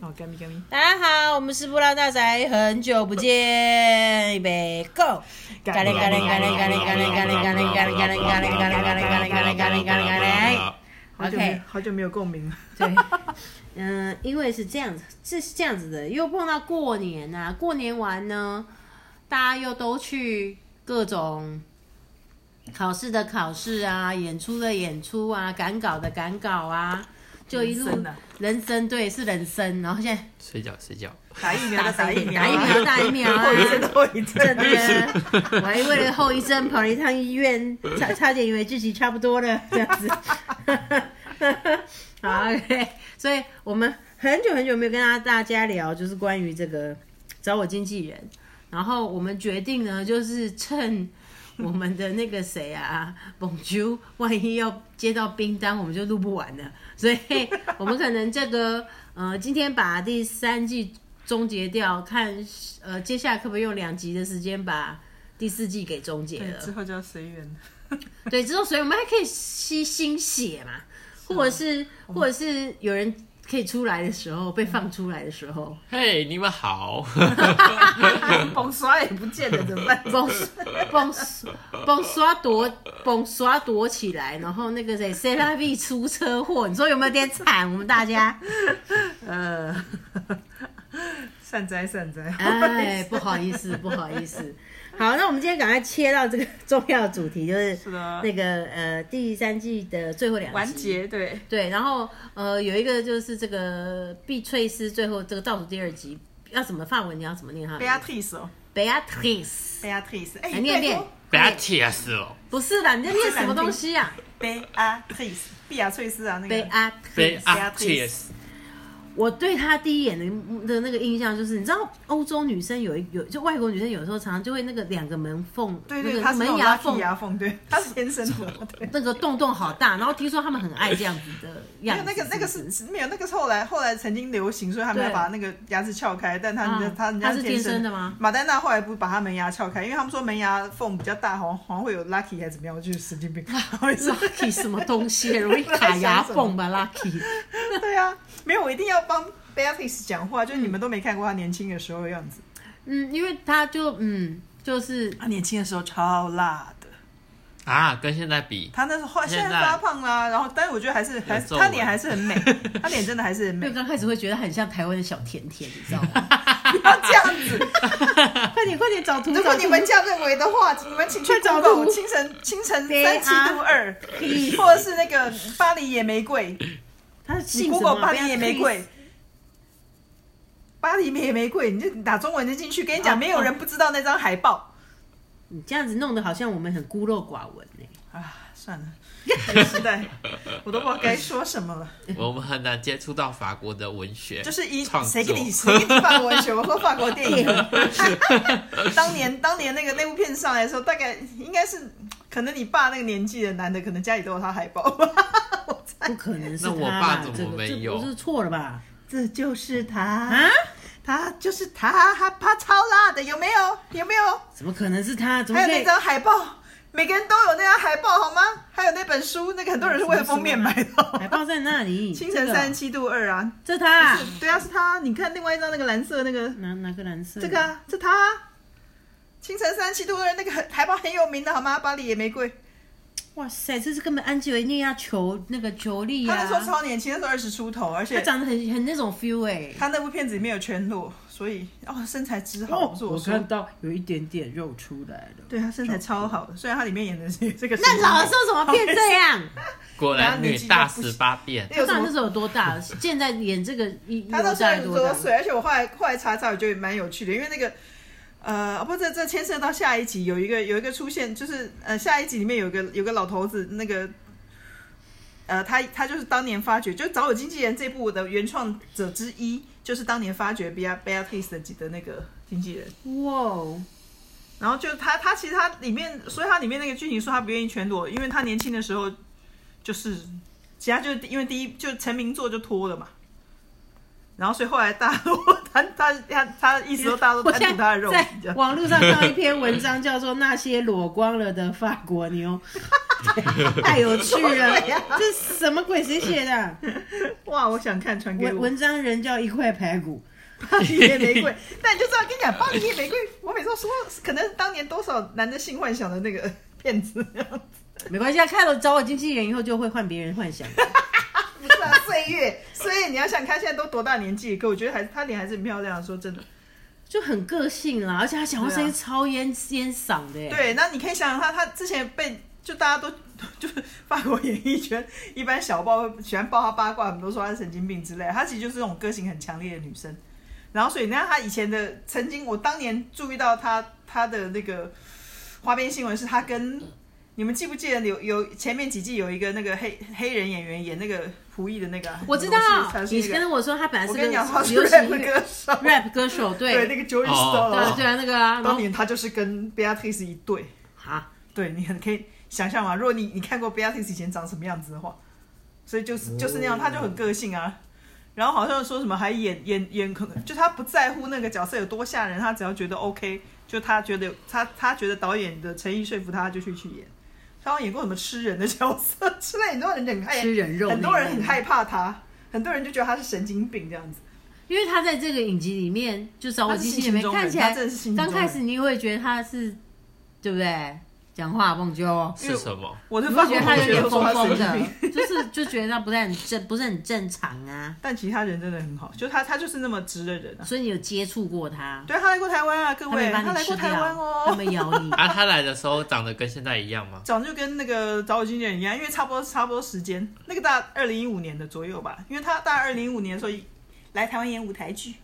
好，干咪干咪，大家好，我们是布拉大宅，很久不见，预备 go！干嘞嘞咖干喱嘞干咖喱嘞咖干喱嘞咖干喱嘞咖干喱嘞咖干嘞喱咖喱咖喱咖喱咖喱咖喱咖喱咖喱咖喱咖喱咖好久 OK 没好久没有共鸣了，喱。对，嗯，因为是这样子，这是这样子的，又碰到过年呐、啊，过年完呢，大家又都去各种考试的考试啊，演出的演出啊，赶稿的赶稿啊，就一路人生啊人生对是人生，然后现在睡觉睡觉，打疫苗的打疫苗打疫啊，苗打疫苗 啊后一针后一真针，的，我还为了后遗症跑了一趟医院，差差点以为自己差不多了，这样子。 好，OK，所以我们很久很久没有跟大家大家聊，就是关于这个找我经纪人。然后我们决定呢，就是趁 我们的那个谁啊，蹦啾，万一要接到冰单，我们就录不完了。所以我们可能这个呃，今天把第三季终结掉，看呃接下来可不可以用两集的时间把第四季给终结对了之。后就要随缘，对，之后所以我们还可以吸新血嘛，或者是或者是有人可以出来的时候，被放出来的时候，嘿、你 们好，蹦刷也不见了，怎么办？ 蹦蹦蹦刷躲蹦刷躲起来，然后那个谁 C 拉 V 出车祸，你说有没有点惨？我们大家，呃，善哉善哉，哎， 不好意思，不好意思。好，那我们今天赶快切到这个 重要主题，就是是的那个呃第三季的最后两集完结对，对，然后呃，有一个就是这个碧翠丝最后这个倒数第二集要怎么法文？你要怎么念它 b e a t r i c e 哦？Beatrice， b e a t r i c e 哎，来念念，不要气死了，哦不是啦，你在念什么东西啊 Beatrice，碧雅翠丝啊，哎那个被？Beatrice，啊气死，我对她第一眼的的那个印象就是，你知道欧洲女生有一有就外国女生有时候常常就会那个两个门缝，对那对，个他是那门种牙 lucky 缝。牙缝，对，他是天生的，对。那个洞洞好大，然后听说他们很爱这样子的没样有子。那个那个不是是没有那个是后来后来曾经流行，所以他们对要把那个牙齿撬开，但他人家、啊他人他家是天生生的吗马丹娜后来不把他门牙撬开，因为他们说门牙缝比较大，好像好像会有 lucky 还是怎么样，我就是神经病。啊 Lucky 什么东西，容易卡牙缝吧？Lucky，对啊，没有我一定要帮 Beatrice 讲话，就是你们都没看过他年轻的时候的样子，嗯，因为他就嗯，就是他年轻的时候超辣的。啊，跟现在比，他那时候现现在在发胖啦、然后但是我觉得还是还是皱他纹脸还是很美，他脸真的还是很因 为美，刚开始会觉得很像台湾的小甜甜，你知道吗？不要这样子。快点快点找图 如果你们这样认为的话，你们请去快找 Google 图清晨清晨对三啊七度二，或者是那个巴黎野玫瑰，他你姓什么？ Google 巴黎野玫瑰，巴黎野玫瑰，你就打中文就进去。跟你哦讲，没有人不知道那张海报你这样子弄得好像我们很孤陋寡闻呢、啊。算了，那个时代我都不知道该说什 么了。我们很难接触到法国的文学， 就是一创谁作给，你谁给你法国文学？我说法国电影。 当年当年那个那部片上来的时候，大概应该是可能你爸那个年纪的男的，可能家里都有他海报。不可能是那我他爸吧？怎么这个没这有不是错了吧？这就是他，啊？他就是他，他怕超辣的，有没有？有没有？怎么可能是他？怎么还有可那？以张海报，每个人都有那张海报好吗？还有那本书，那个很多人是为了封面买的。海报在那 里，清晨这个三十，七度二啊，这他啊、是对啊，是他。你看另外一张那个蓝色那个，哪哪个蓝色？这个啊，是他啊。清晨三十七度二那个很海报很有名的好吗？巴黎野玫瑰，哇塞，这是根本安吉维尼亚求那个裘力他啊，那时候超年轻，那时候二十出头，而他且长得很很那种 feel 哎、他那部片子里面有全裸，所以哦身材之好，不是我说。哦到有一点点肉出来了。对他身材超好的，虽然他里面演的是这个。那老的时候怎么变这样？果然女大十八变，那有他什到底么那时候有多大？现在演这个一他那时候代有多多大？岁，而且我后来后来查查，我觉得蛮有趣的，因为那个呃，不，这这牵涉到下一集有一个有一个出现，就是呃下一集里面有一个有个老头子那个。呃，他他就是当年发掘，就《找我经纪人》这部的原创者之一，就是当年发掘 b e a b e a t i s 的那个经纪人。哇哦，然后就他，他其实他里面，所以他里面那个剧情说他不愿意全裸，因为他年轻的时候就是，其实他就因为第一就成名作就脱了嘛，然后所以后来大家都他他他他的意思说大家都我贪现图他的肉在体这在样 网络上看到一篇文章，叫做《那些裸光了的法国妞》，太有趣了什么鬼啊，这什么鬼？谁写的啊？哇，我想看，传给文我。文章人叫一块排骨，巴黎夜玫 瑰，那你就知道，跟你讲，巴黎夜玫瑰，我每次都说，可能当年多少男的性幻想的那个骗子，没关系啊，看了找我经纪人以后就会换别人幻想。不是啊，岁月，所以你要想看，现在都多大年纪，可我觉得还是她脸还是很漂亮，说真的。就很个性啦，而且他讲话声音对啊超烟烟嗓的耶。对，那你可以想想她，她之前被就大家都 就是法国演艺圈一般小报会喜欢报她八卦，很多说她是神经病之类的，她其实就是这种个性很强烈的女生。然后所以你看她以前的曾经，我当年注意到她她的那个花边新闻是她跟。你们记不记得有有前面几季有一个那个黑黑人演员演那个仆役的那个啊？我知道他，是你一个跟我说他本来是我个跟你讲，他是流行 rap 音乐歌手， rap 歌手，对对那个 Joey 哦 Star，、对啊对啊，那个啊，然当后年他就是跟 Beatrice 一对，啊，对你很可以想象嘛，如果你你看过 Beatrice 以前长什么样子的话，所以就是就是那样，他就很个性啊。然后好像说什么还演演演，可能就他不在乎那个角色有多吓人，他只要觉得 OK，就他觉得他他觉得导演的诚意说服他，他就去去演。他好像演过什么吃人的角色之类，很多人很害，吃人肉那很个多人很害怕他，很多人就觉得他是神经病这样子。因为他在这个影集里面，就找我他是经纪性人情里面中人看起他来真的是性情，中刚人开始你会觉得他是，对不对？讲话蹦啾，因为是什么？我是你法会国觉得他有同学点都说疯他疯神经病的，就是就觉得他不太很正，不是很正常啊。但其他人真的很好，就他他就是那么直的人啊。所以你有接触过他，对，他来过台湾啊，各他位，没把他你来过吃台湾掉，他哦。没咬你，啊，他来的时候长得跟现在一样吗？长得就跟那个找我经纪人一样，因为差不多差不多时间，那个大二零一五年的左右吧，因为他大概二零一五年的时候来台湾演舞台剧，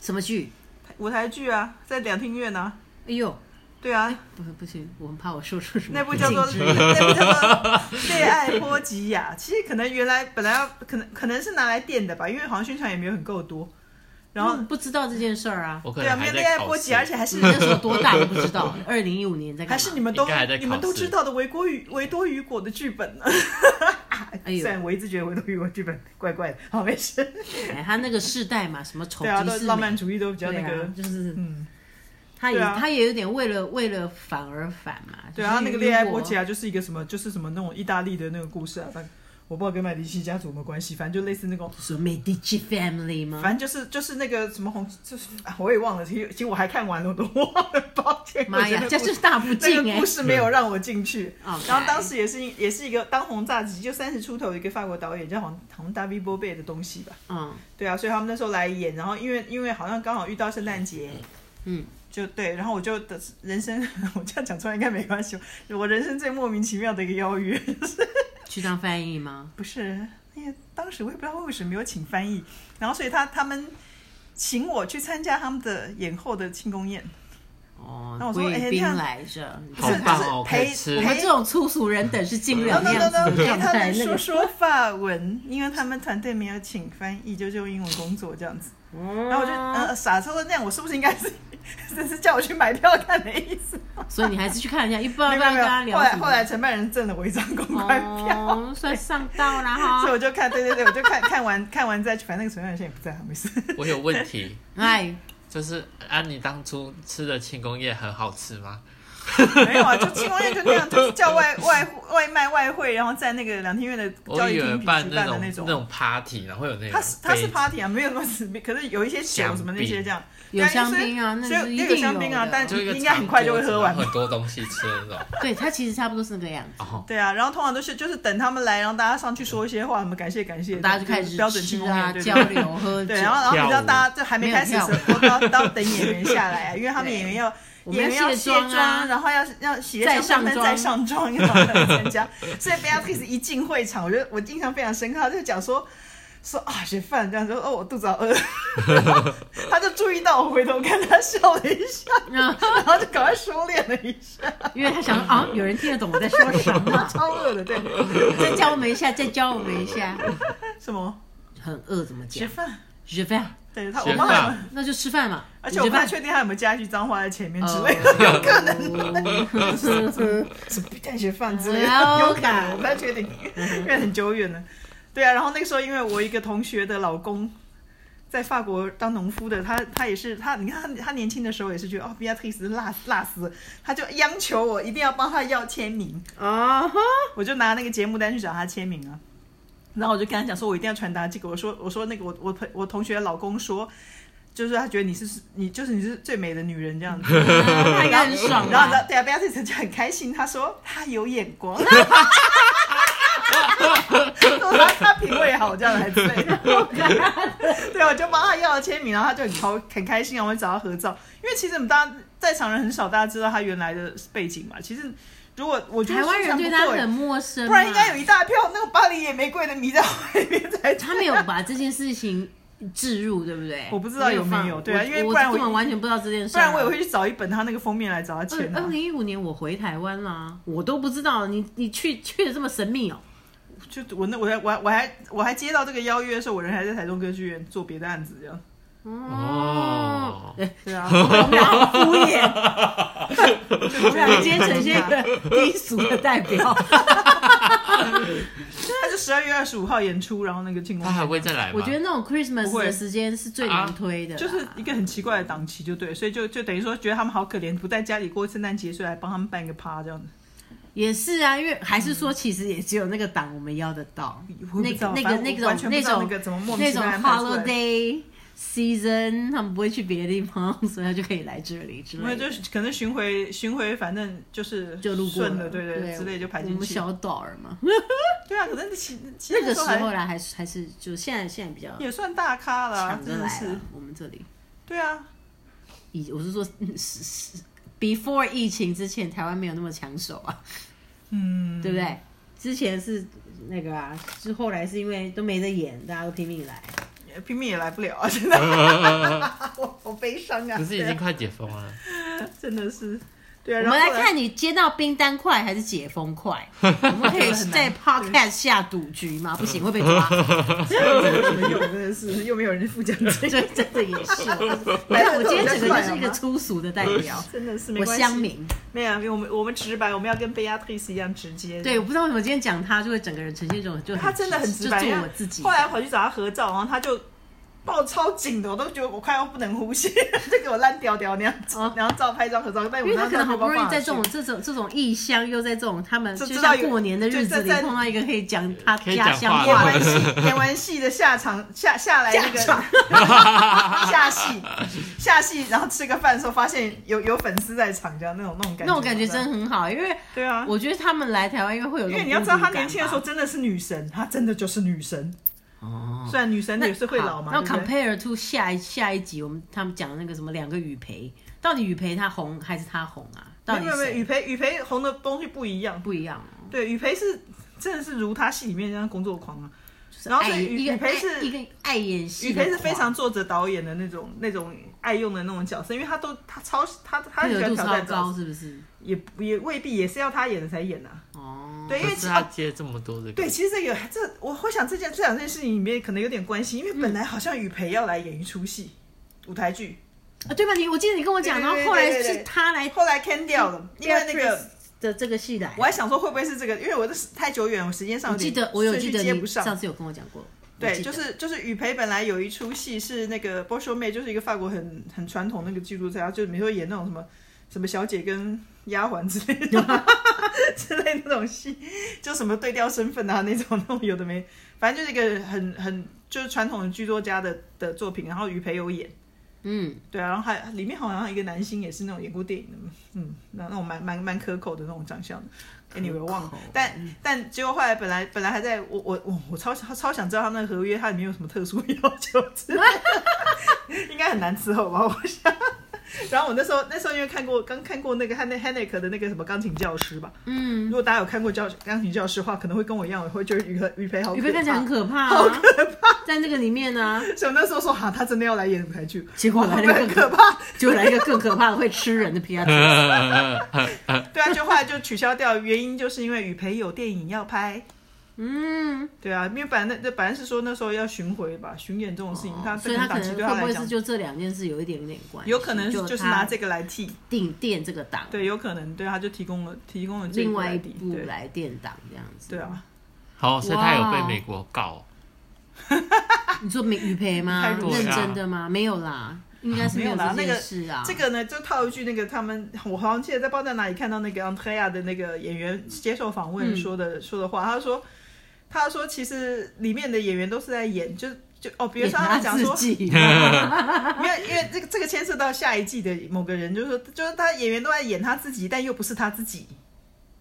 什么剧？舞台剧啊，在两厅院呢、哎呦，对啊，不不行，我很怕我说出什么那部叫做禁止那部叫做《恋爱波吉亚》， 其实可能原来本来要可能可能是拿来垫的吧，因为好像宣传也没有很够多，然后因为我不知道这件事儿啊。嗯我可对能啊，没还有在恋爱考波吉试亚，而。且还是你那时候多大都不知道，二零一五年在干嘛？还是你们都应该还在考试你们都知道的维多雨 维多雨果的剧本呢？ 哎呦虽然我一直觉得维多雨果剧本怪怪的，好没事。哎，他那个世代嘛，什么丑对啊，即都是美浪漫主义都比较对那个，啊，就是嗯，他也对啊他也有点为了为了反而反嘛。对就啊，是那个恋爱如果波吉亚就是一个什么，就是什么那种意大利的那个故事啊，反正我不知道跟麦迪西家族有没有关系，反正就类似那种，说 Medici Family 吗？反正就是就是那个什么红，就是、啊、我也忘了，其实其实我还看完了，我都忘了，抱歉。妈我呀，觉得这故是大不那敬哦个哎故！事没有让我进去。 OK 然后当时也是也是一个当红炸子鸡，就三十出头一个法国导演叫黄黄大 V 波贝的东西吧。嗯，对啊，所以他们那时候来演，然后因为因为好像刚好遇到圣诞节，嗯，就对，然后我就的人生，我这样讲出来应该没关系吧，我人生最莫名其妙的一个邀约，去当翻译吗？ 不是，那个当时我也不知道为什么没有请翻译，然后所以他他们请我去参加他们的演后的庆功宴，那哦我，说哎贵这宾样来着，不好是棒就是哎哦，陪可以吃我们这种粗俗人等是 进不了 no no 那 no no，样子的陪状他态。们那说个说法文，因为他们团队没有请翻译，就就用英文工作这样子。然后我就哦呃傻抽的那样，我是不是应该是这是 叫我去买票看的意 思？所以你还是去 看一下，一不知道没要有不没有要跟他没有，后聊来什么。后来承办人赠了我一张公关票，哦，算上道 啦所以哈。我就看，对对对，我就看看完看完再去，反正那个承办人现在也不在，没事。我有问题，哎，就是啊，你当初吃的庆功宴很好 吃吗？ 没有啊，就庆功宴就那样，就是叫 外外外卖外汇，然后在那个两厅院的我交易以为厅举办办的种那那种。种 party，然后有那种他是他是杯 party 啊，没有那么 死命，可是有一些酒什么那些这样，有香槟啊，那所以是一对定有香槟啊的但就一个应该很快就会喝完长桌子然后很多东西吃的那种。对他其实差不多是那个样子。哦，对啊，然后通常都是就是等他们来，然后大家上去说一些话，什么感谢感谢，大家就开就始是标准庆吃功宴啊，对对交对流喝酒 对，。然后然后你知道跳舞大家就还没开始的时候，都要都要等演员下 来啊，因为他们对演员要我们演要员要卸卸妆啊妆，然后要要斜再上上分妆再上妆，然后来参 加。所以 Beatrice 一进会场，我觉得我印象非常深刻，他就讲说。说啊，学饭这样说哦，我肚子好 饿，然后他就注意到我回头看他笑了一下， 嗯然后就赶快收敛了一 下，因为他想说啊，有人听得懂我在说什么，超饿的，对，再教我们一下，再教我们一下。什么很饿怎么学讲？饭？吃饭，对他，我学妈还有饭那就吃饭嘛。哦而且我不太吃确定他有没有加一句脏话在前面饭之类的。 有可 能。哦什么蛋学饭之类的，嗯哎呦有可能我不太确定，因为很久远了。对啊，然后那个时候因为我一个同学的老公，在法国当农夫的，他他也是他，你看他他年轻的时候也是觉得哦，比亚特里斯辣辣死了，他就央求我一定要帮他要签名，哦，我就拿那个节目单去找他签名啊。然后我就跟他讲说，我一定要传达这个。我说，我说那个我我朋我同学的老公说，就是他觉得你是你就是你是最美的女人这样子。那应该很爽然后呢吧？，对啊 b e a t r i c 就很开心，她说她有眼光， 说她她品味好，这样才对。 对，我就帮她要了签名，然后她就很高很开心，然啊后我就找她合照。因为其实我们大家在场人很少，大家知道她原来的背景嘛。其实如果我觉得台湾人对他非常不错欸很陌生啊嘛，不然应该有一大票那个巴黎野玫瑰的迷在外面才对 他没有把这件事情置入，对不对？ 我不知道有没有放对啊我因为我不然我根本完全不知道这件事不啊、呃然我也会去找一本她那个封面来找她签二啊二。零一五年我回台湾啦，我都不知道你你去去的这么神秘哦、就我那我还我还我还我还接到这个邀约的时候，我人还在台中歌剧院做别的案子这样。哦对对啊， 我们俩好敷衍，我我们俩今天呈 现一个低俗的代 表。他是十二月二十五号演出，然后那个庆功他还 宴，会再来吗？我觉得那种 Christmas 不会啊的时间是最难推的啦、就是一个很奇怪的档期，就对，所以就就等于说觉得他们好可怜，不在家里过圣诞节，所以来帮他们办一个趴这样子。也是啊，因为还是说，其实也只有那个档我们要得到，嗯我也那不知道个那反个正那我完种全不知道那种个怎么莫名那其种妙安排出来 holiday season，他们不会去别的地方，所以他就可以来这里之没类有，的。就是可能巡回巡回，反正就是就路过顺了，了，对对，之类就排我进们去。小岛儿嘛，对啊，可能其其实那个时还候啦，还是还是就现在现在比较也算大咖了啊，抢着真的啊来是了。。我们这里对啊，以我是说，嗯是是 before 疫情之前，台湾没有那么抢手啊，嗯，对不对？之前是那个啊，是后来是因为都没得演，大家都拼命来。拼命也来不了 啊，真的， 我好悲伤 啊。可是已对啊经快解封了，真的是，对啊。我然们后来后来看你接到冰单快还是解 封快？我们可以在 podcast 下赌局吗？不行，会 被抓。没有，真的是又没有人付奖 金，这真的也是，但我今天整个就是一个粗俗的代表，真的是没我关系。乡民。没有，我们我们直白，我们要跟贝亚特丽斯一样直接。对，我，不知道为什么今天讲他就会整个人呈现一种就很他真的很直白。就因做为我自己。后来啊我跑去找他合照，然后他就抱超紧的，我都觉得我快要不能呼吸， 就给我烂掉掉那样子。哦然后照拍一张合照，但因我为他可能好不容易在这这种这种这种异乡，又在这种他们就就知道像有过年的日子里就在在碰到一个可以讲他可以家讲乡演话话完的人，戏，演完戏的下场下下来那个下 下戏下戏，然后吃个饭的时候发现有有粉丝在场，这样那种那种感觉，那种感觉真的很好。因为对啊，我觉得他们来台湾，因为会有因因为你要知道，她年轻的时候真的是女神，她真的就是女神。哦，虽然女神也是会老嘛，那对不对 compare to 下一下一集，我们他们讲的那个什么两个雨培，到底雨培他红还是他红啊？到没底有没有，谁雨培雨培红的东西不一样。不一样哦？对，雨培是真的是如她戏里面这样工作狂啊。就是然后所爱以雨一雨个培爱一是个爱演戏雨的狂，培是非常作者导演的那种那种爱用的那种角色，因为她都她超她她配很喜欢合度挑超战角高，色，是不是？也也未必也是要她演的才演啊。哦，对，因可为是其他接这么多这个，对，其实这个这我会想这件这两件事情里面可能有点关系，因为嗯本来好像雨培要来演一出戏舞台剧，啊，对吧？你我记得你跟我讲，对然后对后来对对是对他来后来 can 掉了，因为那个嗯 Beatrice 的这个戏来我。还想说会不会是这个，因为我的时太久远，我时间上我有记点得我有顺记序得接你不上上。次有跟我讲过，我对，记得就是就是雨培本来有一出戏是那个波秀妹，就是一个法国很很传统那个剧作家，就是每次会演那种什么什么小姐跟丫鬟之类的 之类的那种戏，就什么对调身份啊那种那种有的没，反正就是一个很很就是传统的剧作家的的作品，然后雨培有演。嗯，对啊，然后还里面好像一个男星也是那种演过电影的，嗯，那那种蛮蛮蛮可口的那种长相的，anyway 忘了口，但但结果后来本来本来还在我我我我超超想知道他们的合约它里面有什么特殊要求之类 的，应该很难伺候吧，我想。然后我那时候那时候因为看过刚看过那个汉内 h a n e k 的那个什么钢琴教师吧，嗯，如果大家有看过教钢琴教师的话，可能会跟我一样，我会觉得于培于培好可雨培看起来很怕可怕、啊，好可怕，在那个里面呢、啊 所以我那时候说哈、他真的要来演舞台剧，结果来了很一可个怕。就来一个更可怕的会吃人的皮亚 嗯特，对啊，就后来就取消掉，原因就是因为雨培有电影要拍。嗯，对啊，因为本来那那本来是说那时候要巡回吧，巡演这种事情，他哦所这以个他可档期能对他会来不会是讲，就这两件事有一点点关系？有可能就是拿这个个来替，定垫这个档，对，有可能对啊他就提供了提供了这另外一部来部抵对来垫档这样子，对啊，好，所以他有 哇被哦美国告，你说没语培吗？太弱了认真的吗？没有啦，应该是没没有有啦这那个件事啊。这个呢，就套一句那个他们，我好像记得在报在哪里看到那个 Andrea 的那个演员接受访问嗯说的、说的话，他说他说其实里面的演员都是在演，就就哦，比如说他他讲说自，己，因为因为这个这个牵涉到下一季的某个人，就是说就是他演员都在演他自己，但又不是他自己。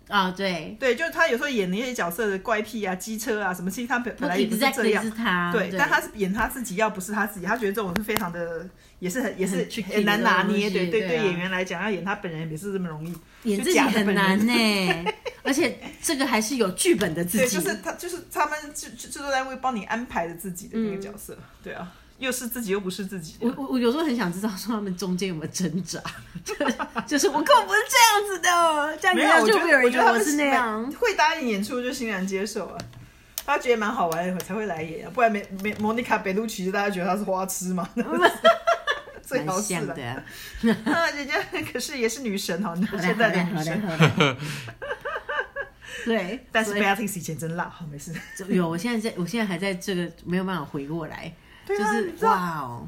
啊，对，对，就是他有时候演那些角色的怪癖啊、机车啊什么，其实他本 本那来也不是这 exactly 样是。他，对，但他是演他自己，要不是他自己，他觉得这种是非常的，也是很也是很 tricky 很难的拿东捏。西对对对啊演员来讲，要演他本人也是这么容易。演就自己假的很本难人呢、 而且这个还是有剧本的自对，己，就是他，就是他们制制制作单位帮你安排的自己的那个角色。对啊，又是自己又不是自己。我我我有时候很想知道说他们中间有没有挣扎， 就是就是我根本不是这样子的，这样没子有，下我去觉会得有人我觉以为得他我们是那没样。会答应演出就欣然接受啊。他觉得蛮好玩的，才会来演啊，不然没没莫妮卡·贝鲁奇，大家觉得他是花痴 嘛， 最好是蛮像了 的。啊、啊，人家可是也是女神哦哈，好嘞，现好在嘞，的好女嘞，神。好嘞。对，但是所以 Beatrix 以前真辣，好没事。有，我现在在，我现在还在这个没有办法回过来，对就啊，是 你知道，哇 哦。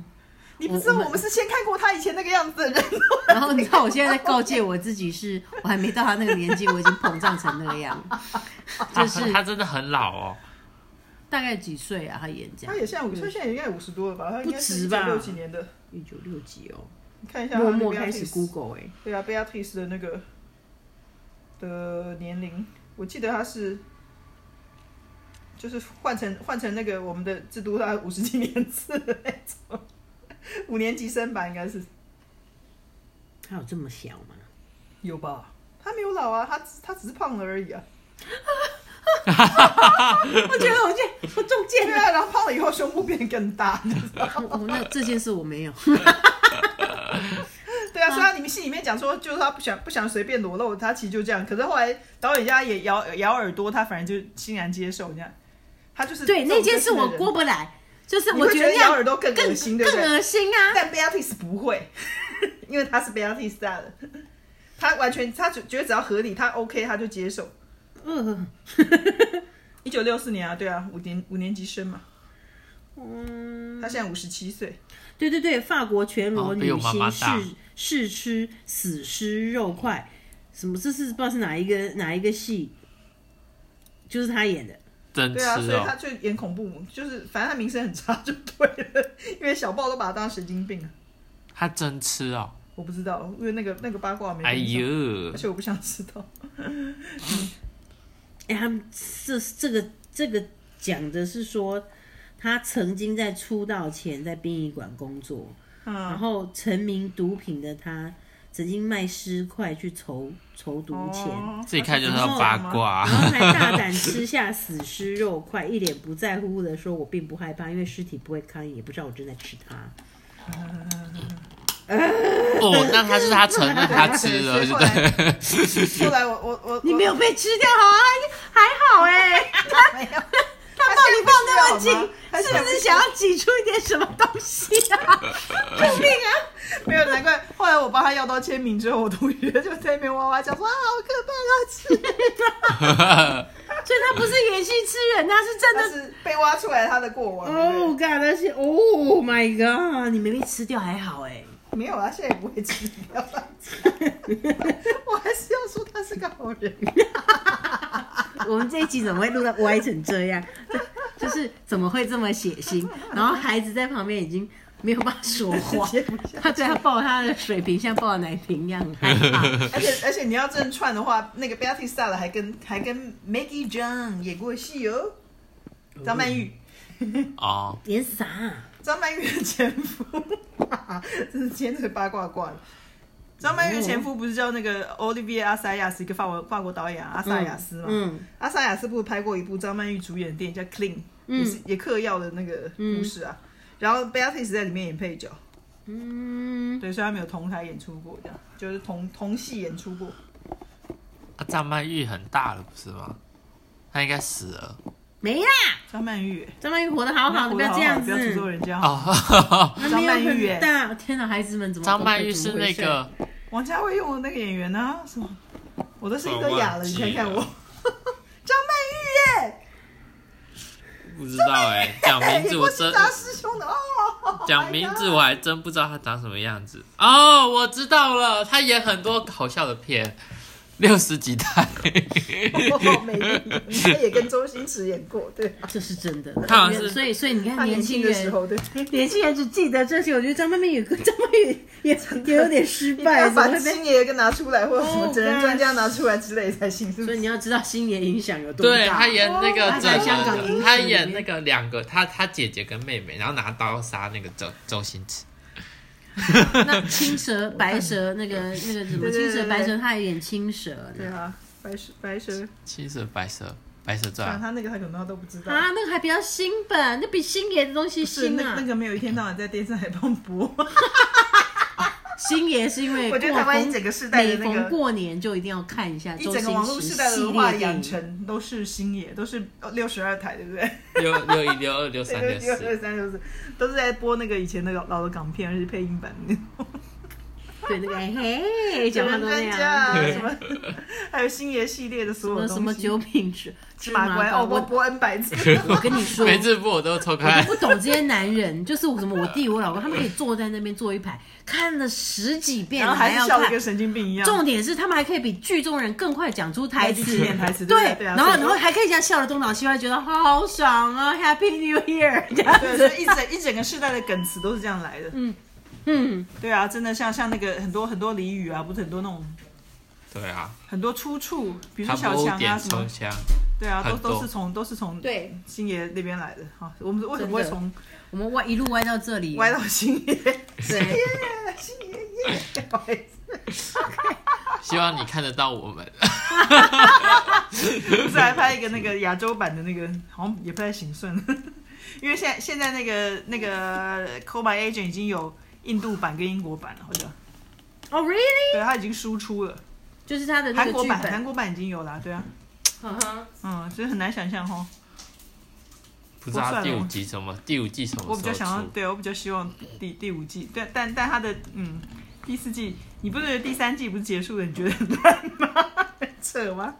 你不知道我我们我们是先看过他以前那个样子的人，然后你知道，我现在在告诫我自己是，我还没到他那个年纪，我已经膨胀成那样，就 是 他真的很老哦，大概几岁啊？他演这他样也现在五，他现在应该五十多了吧？他应该不是止一吧九六几年的。一九六几哦，你看啊一下他默的默 Beatrix 开始 Google 哎、对啊，Beatrix 的那个的年龄，我记得他是。就是换成换成那个我们的制度，他五十几年次的那种，五年级生吧，应该是他有这么小 吗？有吧？他没有老啊，他他只是胖了而已啊。 我觉得我见我中对箭了。啊，然后胖了以后胸部变更大。 哦，那这件事我没有。对啊，所以他你们戏里面讲说，就是他不想不想随便裸露，他其实就这样。可是后来导演家也咬咬耳朵，他反而就欣然接受，这样。他就是对，那件事事我过不来，就是你我会觉得得那样咬耳朵更恶心，对不更对？恶心啊！但 Beatrice 不会，因为他是 Beatrice 大的，他完全他觉觉得只要合理，他 OK 他就接受。嗯 一九六四年啊，对啊，五年五年级生嘛， 嗯，他现在五十七岁。对对对，法国全裸哦女比我妈妈星试大试吃死尸肉块，什么这是不知道是哪一个哪一个戏，就是他演的。真对吃啊，所以他哦，就演恐怖，就是反正他名声很差就对了，因为小报都把他当神经病啊。他真吃哦，我不知道，因为那个那个八卦没跟哎上，呦而，且我不想知道。哎、他们这这个这个讲的是说，他曾经在出道前在殡仪馆工作，然嗯，后沉迷毒品的他，曾经卖尸块去筹筹毒钱，哦这一看就知道八。 卦然，后还大胆吃下死尸肉块，一脸不在乎的说：“我并不害怕，因为尸体不会抗议，也不知道我正在吃它。 哦，那他是他承认 他吃 了，对对所不以对？后来我我我”你没有被吃掉，好啊，还好哎、 他没有，他他抱你抱那么紧，他是不是想要挤出一点什么东西啊？ 救命啊！ 没有？难怪后来我帮他要到签名之后，我同学就在那边哇哇叫说啊，好可怕，要 吃。所以他不是演戏吃人，他是真的但是被挖出来他的过往。哦哦， God，那些 Oh my God，你没被吃掉还好 哎、没有啊，现在也不会吃，不要乱讲。我还是要说他是个好人。我们这一集怎么会录到歪成这样？ 就是怎么会这么血腥？然后孩子在旁边已经没有办法说 话，他对他抱他的水瓶像抱奶瓶一样很害 怕。而且而且你要正串的话，那个 Betty s t a r 还跟还跟 Maggie John 演过戏哦，张曼玉，哦，演啥、啊？张曼玉的前夫，啊真是今天这个八卦挂了。张曼玉的前夫不是叫那个 Olivier 阿萨亚斯，一个法国法国导演啊阿萨亚斯嘛？嗯，阿萨亚斯不是拍过一部张曼玉主演的电影叫《Clean》，嗯也是也嗑药的那个故事啊。然后 Beatrice 在里面演配角，嗯，对，虽然没有同台演出过，这样就是同同戏演出过。啊张曼玉很大了，不是吗？他应该死了没啦，张曼玉，张曼玉活得好好的，不要这样不要诅咒子。人家。啊哦。 她张没有曼玉很大，天哪，孩子们怎么张曼玉是那个王家卫用的那个演员啊，什么？ 我的声音都哑了，我你忘记看看我。了张曼玉耶，不知道哎、讲名字你我不是真他师兄的哦。 讲名字我还真不知道他长什么样子。哦，我知道了，他演很多好笑的片，六十几代。哦，美丽，他也跟周星驰演过，对，这是真的。他好像是所以所以你他看年年轻轻的时人，候， 对，年轻人只记得这些，我觉得张曼玉有个 张曼玉也也有点失你不要 败，怎把么会被星爷给拿出来，或者什 么整人专家 Oh, gosh 拿出来之类才行，是不所是以？你要知道星爷影响有多大。 对他演那哦个他整在人香港影的，史他里演那面个两个他他姐姐跟妹妹，然后拿刀杀那个周周星驰。那青蛇、白蛇那个那个什么对对青对蛇、对白蛇，他也演青蛇呢对啊，白蛇白蛇，青蛇白蛇白蛇讲传，他那个他可能都不知道。啊，那个还比较新吧，那比星爷的东西是新那那啊。个没有一天到晚在电视台放播， 星爷是因 为我觉得过台湾逢一整个世代的每那个逢过年就一定要看一下一周整个网络星世驰代的系文化列电养影。成都是星爷，都是六十二台，对不对？六六一六二六三六六二四，三六四都是在播那个以前的老老的港片，而且配音版的对那个哎嘿，整讲话人都那专家啊样。对什么， 还有星爷系列的所什有东么西，什么九品芝芝芝麻官哦，我我播 N 百 次，我跟你 说，每次播我都抽我开不。懂这些男人， 就是我什么我弟我老公，他们可以坐在那边坐一排，看了十几遍，然后还要是笑的啊看跟。神经病一样。重点是他们还可以比剧中人更快讲出台来去词，念台词对对，对啊然后所以然后还可以这样笑的东倒西歪，觉得好爽啊，Happy New Year 这样对，所子。以一整一整个世代的梗词都是这样来的。嗯，对啊，真的像像那个很多很多俚语啊，不是很多那种对啊，很多出处，比如他说小们污强啊点什抽么，枪，对啊，都很多都是从都是从对星爷那边来的哈。我们为什么真会的从我们歪一路歪到这里，歪到星爷？ 对，星爷耶， 不好意思希望你看得到我 们。不是还拍一个那个亚洲版的那个，好像也不太行顺， 因为现在现在那个那个《Call My Agent》已经有印度版跟英国版了，好像，哦，really，对，它已经输出了，就是他的那韩个国剧版本韩，国版已经有了，对啊，嗯哼嗯，所以很难想象哈。不知道他第五集什么？第五季什么我比时较候想要，出？对我比较希望第第五季，但但但它的嗯第四季，你不是觉得第三季不是结束了，你觉得很乱吗？ 很扯吗？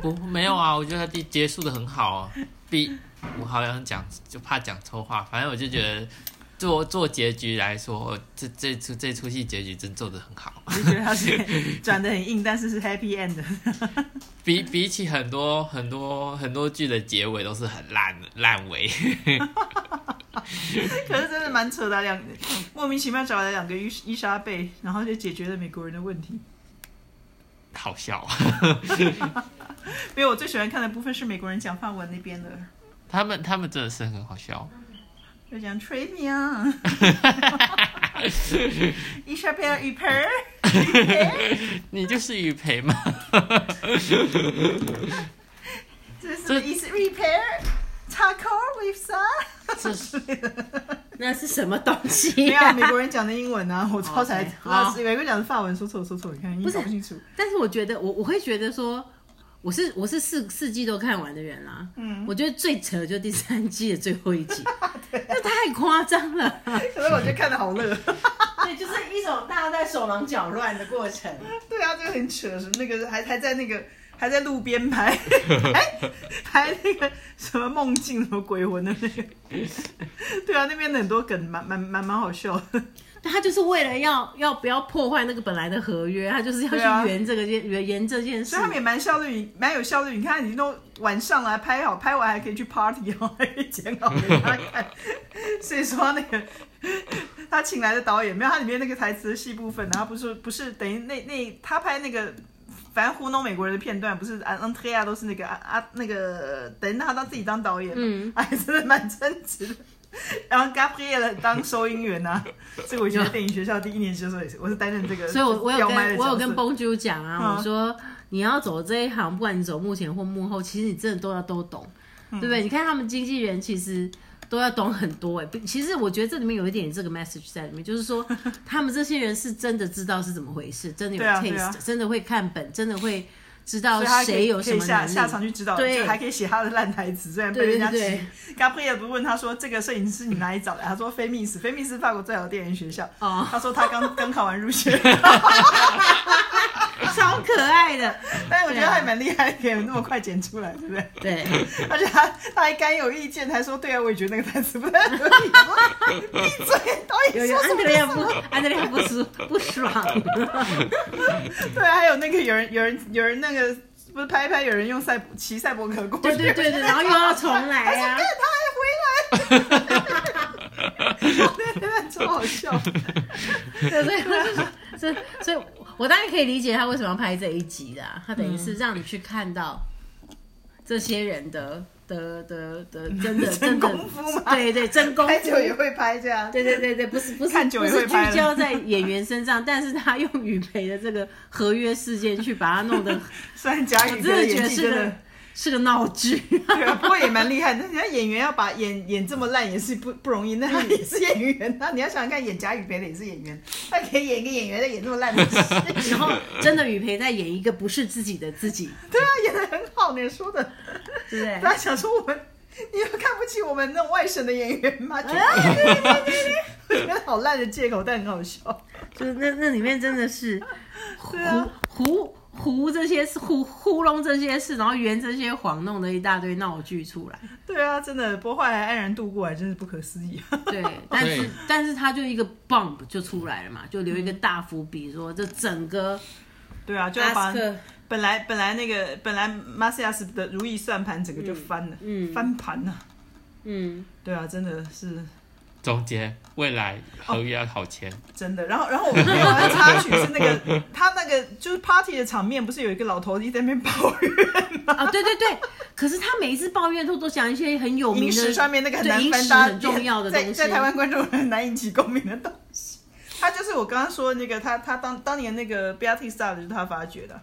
不，没有啊，我觉得他第结束的很好啊。第，我好像讲就怕讲错话，反正我就觉得做做结局来说，这这出这出戏结局真做的很好。 你觉得它 是转的很硬，但是是 happy end 的。比比起很多很多很多剧的结尾都是很烂烂尾， 可是真的蛮扯的啊、两莫名其妙找来两个伊伊莎贝，然后就解决了美国人的问题。好笑啊。没有，我最喜欢看的部分是美国人讲法文那边的，他们他们真的是很好笑，就讲 t r a v i a 伊莎贝尔与盆儿，你就是雨培嘛。 这是什么意思？repair。Taco with sa，这是那是什么东西 没有啊呀？美国人讲的英文啊，我超才哦 OK，不知道是好美国人讲的法文，说错说错，你看英文不是搞不清楚。但是我觉得我我会觉得说，我是我是四四季都看完的人啦。嗯，我觉得最扯就第三季的最后一 集，啊那太夸张了。可是我觉得看的好乐，对，就是一种大家在手忙脚乱的过程。 对啊，这个很扯，是那个还还在那个还在路边拍，还还那个什么梦境什么鬼魂的那个， 对啊，那边的很多梗蛮蛮蛮蛮好笑的，但他就是为了要要不要破坏那个本来的合约，他就是要对啊去圆这个件圆圆这件事所以。他们也蛮效率，蛮有效率。你看，已经都晚上了，还拍好，拍完还可以去 party 哦，还可以剪好给大家看。所以说那个他请来的导演，没有他里面那个台词的戏部分，然后不是不是等于那那他拍那个。反正糊弄美国人的片段，不是安安特亚都是那个啊啊那个，等于他当自己当导演， 嗯，哎，真的蛮称职的。然后 Gabriel 当收音员啊，这个我以前在电影学校第一年级的时候也是，呃我是担任这个所以我我有吊麦的跟我有角色跟崩啾讲啊，嗯我说你要走这一行，不管你走幕前或幕后，其实你真的都要都懂，嗯对不对？你看他们经纪人其实。都要懂很多哎、不其实我觉得这里面有一点这个 message 在里面，就是 说他们这些人是真的知道是怎么回事，真的有对啊 taste，、对啊真的会看本，真的会知道所以他可哦谁以有可什以么下能力。下场去指导，对就还可以写他的烂台词，虽然被对人对家对气。Gabriel 不是问他说这个摄影师你哪里找的？他说菲密斯，菲密斯法国最好的电影学校。哦 他说他刚刚考完入学，超可爱 的。但是我觉得他还蛮厉害的，可以那么快剪出来，对不对？对，而且他他还敢有意见，还说对啊，我也觉得那个台词不太合理。我说闭嘴，导有演有说什安么德就烈什不么。安德烈不舒 不爽，对啊，还有那个有人有人有人那个不是拍一拍，有人用赛博骑赛博格过去，对对对对，然后又要重来啊还说呀、干他还回来，对，超好笑。对， 所以我就说所以所以我当然可以理解他为什么要拍这一集的、啊，他等于是嗯让你去看到这些人的的的 的真的真的功夫吗对对，真功夫拍。久也会拍这样，对对对对，不是不是看久不也是会拍了聚焦在演员身上，但是他用雨培的这个合约事件去把它弄得，虽然贾 我雨真哥的的觉演得技是真的个。是个闹剧。啊对，不过也蛮厉害。那人家演员要把演演这么烂也是不不容易，那他也是演员那你要想想看，演贾雨培的也是演员，他可以演一个演员在演这么烂的戏，然后真的雨培在演一个不是自己的自己，对啊，演的很好呢，说的。对不 对？大家想说我们，你们看不起我们那种外省的演员吗？觉得哎对对对对对我觉得好烂的借口，但很好笑。就是那那里面真的是 糊对啊糊糊这些事，糊糊弄这些事，然后圆这些谎，弄了一大堆闹剧出来。对啊，真的，不过后来安然度过，还真是不可思议。 对，但是对但是他就一个 bump 就出来了嘛，就留一个大伏笔说，这整个对啊，就要阿把斯克本来本来那个本来马西亚斯的如意算盘整个就翻了，嗯嗯翻盘了。嗯对啊，真的是总结未来合约要考前，哦真的。然后， 然后我没有要插曲是那个他那个就是 party 的场面，不是有一个老头一直在那边抱 怨吗？啊，对对对。可是他每一次抱怨都都讲一些很有名银的石上面那个很对难影翻史搭很重要的东在西，在台湾观众很难引起共鸣的东西。他就是我刚刚说的那个，他他当当年那个 b e a t i s t a 就是他发掘的，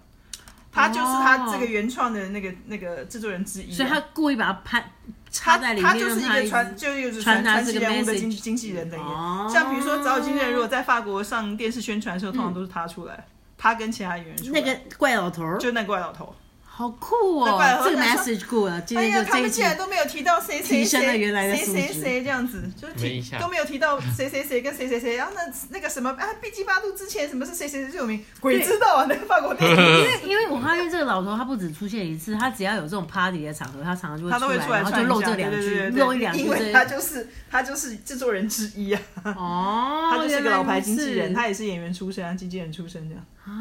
他就是他这个原创的那个那个制作人之一啊、哦所以他故意把它拍插他在里面，他就是一让它个直传，就是传达传这奇个人物的 message 经经纪人的耶。哦嗯像比如说早有经纪人，如果在法国上电视宣传的时候，通常都是他出来，他跟其他演员出来，那个怪老头儿，就那怪老头。好酷那怪哦！老头这个想说 message 酷了，今哎天呀，就他这一们集竟然都没有提到谁谁提升了谁原来的谁素谁质谁这样子，就是没提印象都没有提到谁谁谁跟谁谁谁，然后那那个什么啊，毕竟八度之前什么是谁谁谁最有名，鬼知道啊，那个法国电影。 因为因为我发现这个老头他不止出现一次，他只要有这种 party 的场合，他常常就他都会会出出来，来然后串就一露下这对两对对句，对露一两句因这为他就是他就是制作人之一啊，哦，他就是个老牌经纪原来人，如此他也是演员出身啊，经纪人出身这样。啊，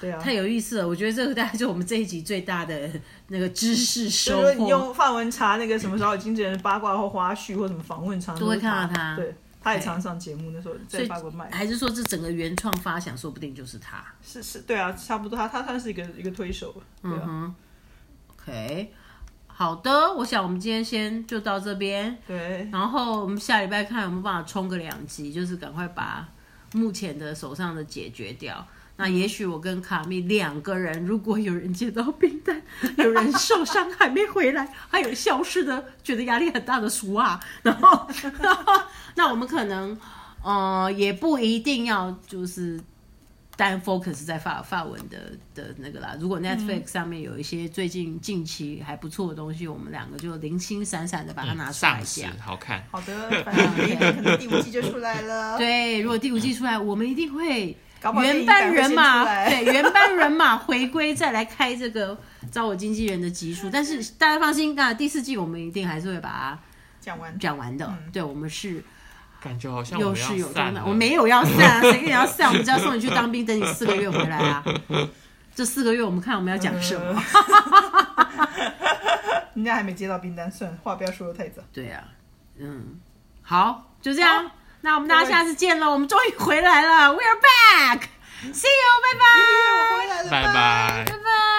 对啊太有意思了！我觉得这个大概就是我们这一集最大的那个知识收就是说你获。用范文查那个什么时候有经纪人的八卦或花絮或什么访问，常常都会是看到他对，他也常上节目，那时候所在以法国卖，还是说这整个原创发想，说不定就是他。是是，对啊，差不多，他他算是一个一个推手，对啊，嗯哼，OK，好的，我想我们今天先就到这边。对，然后我们下礼拜看有没有办法冲个两集，就是赶快把目前的手上的解决掉。那也许我跟卡密两个人，如果有人接到病单，有人受伤还没回来，还有消失的，觉得压力很大的熟啊，然后， 然后那我们可能，呃，也不一定要就是单 focus 在法法文的的那个啦。如果 Netflix 上面有一些最近近期还不错的东西，我们两个就零星闪闪的把它拿出来上市讲。好看。好 的，反正明年可能第五季就出来 了，，对，如果第五季出来，我们一定 会搞不好原班人马，电影版会先出来 对，原班人马回归，再来开这个找我经纪人的集数。但是大家放心，那第四季我们一定还是会把讲完它讲完的。嗯对，我们是感觉好像我有们始要有散终了的。我没有要散啊，谁跟你要散？我们只要送你去当兵，等你四个月回来 啊。这四个月我们看我们要讲什嗯么？呃 人家还没接到订单，算了，话不要说的太 早，对啊，嗯，好，就这样。那我们大家下次见喽！我们终于回来了，We are back，See you，拜拜，我回来了，拜拜拜拜。